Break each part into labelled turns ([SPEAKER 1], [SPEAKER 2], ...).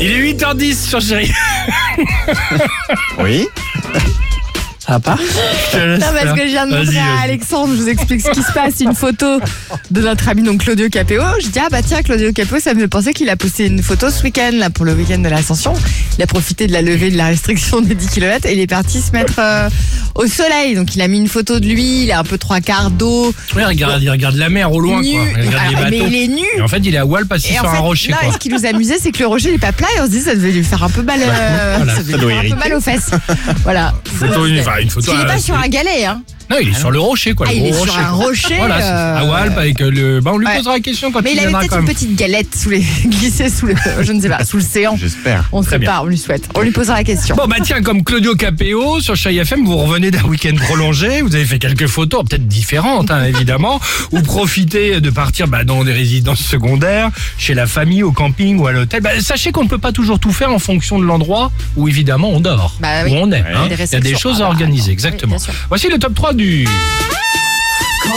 [SPEAKER 1] 8h10 sur Chéri.
[SPEAKER 2] Oui.
[SPEAKER 1] Ça va pas
[SPEAKER 3] Non, parce que je viens de montrer à Alexandre, je vous explique ce qui se passe, une photo de notre ami donc Claudio Capéo. Je dis, ah bah tiens, Claudio Capéo, ça me fait penser qu'il a posté une photo ce week-end, là, pour le week-end de l'ascension. Il a profité de la levée de la restriction des 10 km et il est parti se mettre euh, au soleil. Donc il a mis une photo de lui, il a un peu trois quarts d'eau,
[SPEAKER 1] Ouais, regarde, il regarde la mer au loin,
[SPEAKER 3] nu.
[SPEAKER 1] quoi. Il regarde
[SPEAKER 3] Ah,
[SPEAKER 1] les
[SPEAKER 3] mais
[SPEAKER 1] bateaux.
[SPEAKER 3] il est nu.
[SPEAKER 1] Et en fait, il est à Wall passé
[SPEAKER 3] Et en
[SPEAKER 1] sur un
[SPEAKER 3] fait,
[SPEAKER 1] rocher,
[SPEAKER 3] non,
[SPEAKER 1] quoi.
[SPEAKER 3] et ce qui nous amusait, c'est que le rocher n'est pas plat et on se dit, ça devait lui faire un peu mal, euh,
[SPEAKER 1] voilà,
[SPEAKER 3] ça
[SPEAKER 1] ça
[SPEAKER 3] devait lui
[SPEAKER 2] doit
[SPEAKER 3] faire un peu
[SPEAKER 2] irriter.
[SPEAKER 3] mal aux fesses. Voilà.
[SPEAKER 1] Photo, une- enfin, une
[SPEAKER 3] Parce
[SPEAKER 1] photo.
[SPEAKER 3] qu'il n'est
[SPEAKER 1] à-
[SPEAKER 3] pas sur un galet, hein.
[SPEAKER 1] Non, il est sur le rocher, quoi.
[SPEAKER 3] Ah,
[SPEAKER 1] le
[SPEAKER 3] il
[SPEAKER 1] gros
[SPEAKER 3] est sur
[SPEAKER 1] rocher.
[SPEAKER 3] un rocher.
[SPEAKER 1] Voilà, c'est-
[SPEAKER 3] euh,
[SPEAKER 1] à Walp avec le. Bah, on lui
[SPEAKER 3] Ouais.
[SPEAKER 1] posera la question quand
[SPEAKER 3] Mais
[SPEAKER 1] il
[SPEAKER 3] il avait
[SPEAKER 1] viendra
[SPEAKER 3] peut-être
[SPEAKER 1] quand
[SPEAKER 3] une
[SPEAKER 1] même.
[SPEAKER 3] petite galette sous les glissée sous le je ne sais pas sous le séant.
[SPEAKER 2] J'espère.
[SPEAKER 3] On ne
[SPEAKER 1] Très
[SPEAKER 3] sait
[SPEAKER 1] bien.
[SPEAKER 3] pas, on lui souhaite. On lui posera la question.
[SPEAKER 1] Bon bah tiens, comme Claudio Capéo sur Chai FM, vous revenez d'un week-end prolongé, vous avez fait quelques photos, peut-être différentes hein, évidemment, ou profitez de partir bah, dans des résidences secondaires, chez la famille, au camping ou à l'hôtel. Bah, sachez qu'on ne peut pas toujours tout faire en fonction de l'endroit où évidemment on dort,
[SPEAKER 3] Bah oui.
[SPEAKER 1] où on est. hein.
[SPEAKER 3] Des
[SPEAKER 1] Il y a des
[SPEAKER 3] restrictions.
[SPEAKER 1] choses à
[SPEAKER 3] Ah bah,
[SPEAKER 1] organiser,
[SPEAKER 3] attends.
[SPEAKER 1] exactement.
[SPEAKER 3] Oui, bien sûr.
[SPEAKER 1] Voici le top 3 du...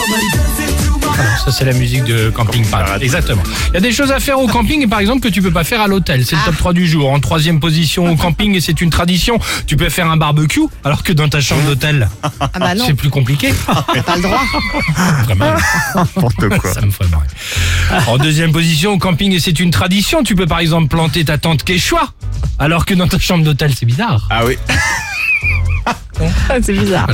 [SPEAKER 1] Alors, Ça c'est la musique de Camping Paradis. Exactement. Il y a des choses à faire au camping et par exemple que tu peux pas faire à l'hôtel.
[SPEAKER 3] Ah.
[SPEAKER 1] C'est le top 3 du jour. En troisième position au camping et c'est une tradition. Tu peux faire un barbecue alors que dans ta chambre d'hôtel
[SPEAKER 3] Ah bah non,
[SPEAKER 1] c'est plus compliqué. Ah,
[SPEAKER 3] pas le droit.
[SPEAKER 1] Vraiment,
[SPEAKER 2] N'importe quoi.
[SPEAKER 1] ça me ferait marrer. En deuxième position au camping et c'est une tradition. Tu peux par exemple planter ta tente quechua alors que dans ta chambre d'hôtel c'est bizarre.
[SPEAKER 2] Ah oui.
[SPEAKER 3] C'est bizarre.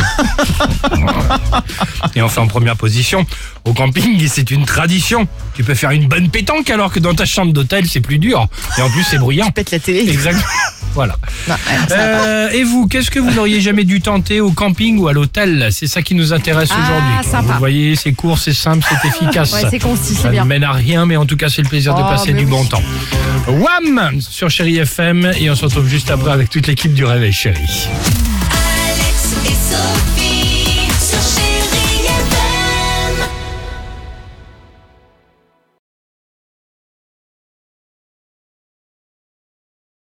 [SPEAKER 1] Et enfin en première position au camping et c'est une tradition. Tu peux faire une bonne pétanque alors que dans ta chambre d'hôtel c'est plus dur. Et en plus c'est bruyant.
[SPEAKER 3] Pète la télé.
[SPEAKER 1] Exactement. Voilà.
[SPEAKER 3] Non, ouais, ça va pas.
[SPEAKER 1] Euh, et vous, qu'est-ce que vous n'auriez jamais dû tenter au camping ou à l'hôtel C'est ça qui nous intéresse
[SPEAKER 3] Ah,
[SPEAKER 1] aujourd'hui.
[SPEAKER 3] sympa.
[SPEAKER 1] Vous voyez, c'est court, c'est simple, c'est efficace.
[SPEAKER 3] Ouais, c'est concis, c'est
[SPEAKER 1] ça ne
[SPEAKER 3] bien.
[SPEAKER 1] mène à rien, mais en tout cas, c'est le plaisir de
[SPEAKER 3] Oh,
[SPEAKER 1] passer
[SPEAKER 3] mais
[SPEAKER 1] du
[SPEAKER 3] oui.
[SPEAKER 1] bon temps. Wham sur Chéri FM et on se retrouve juste après avec toute l'équipe du Réveil Chéri.
[SPEAKER 4] Alex et Sophie.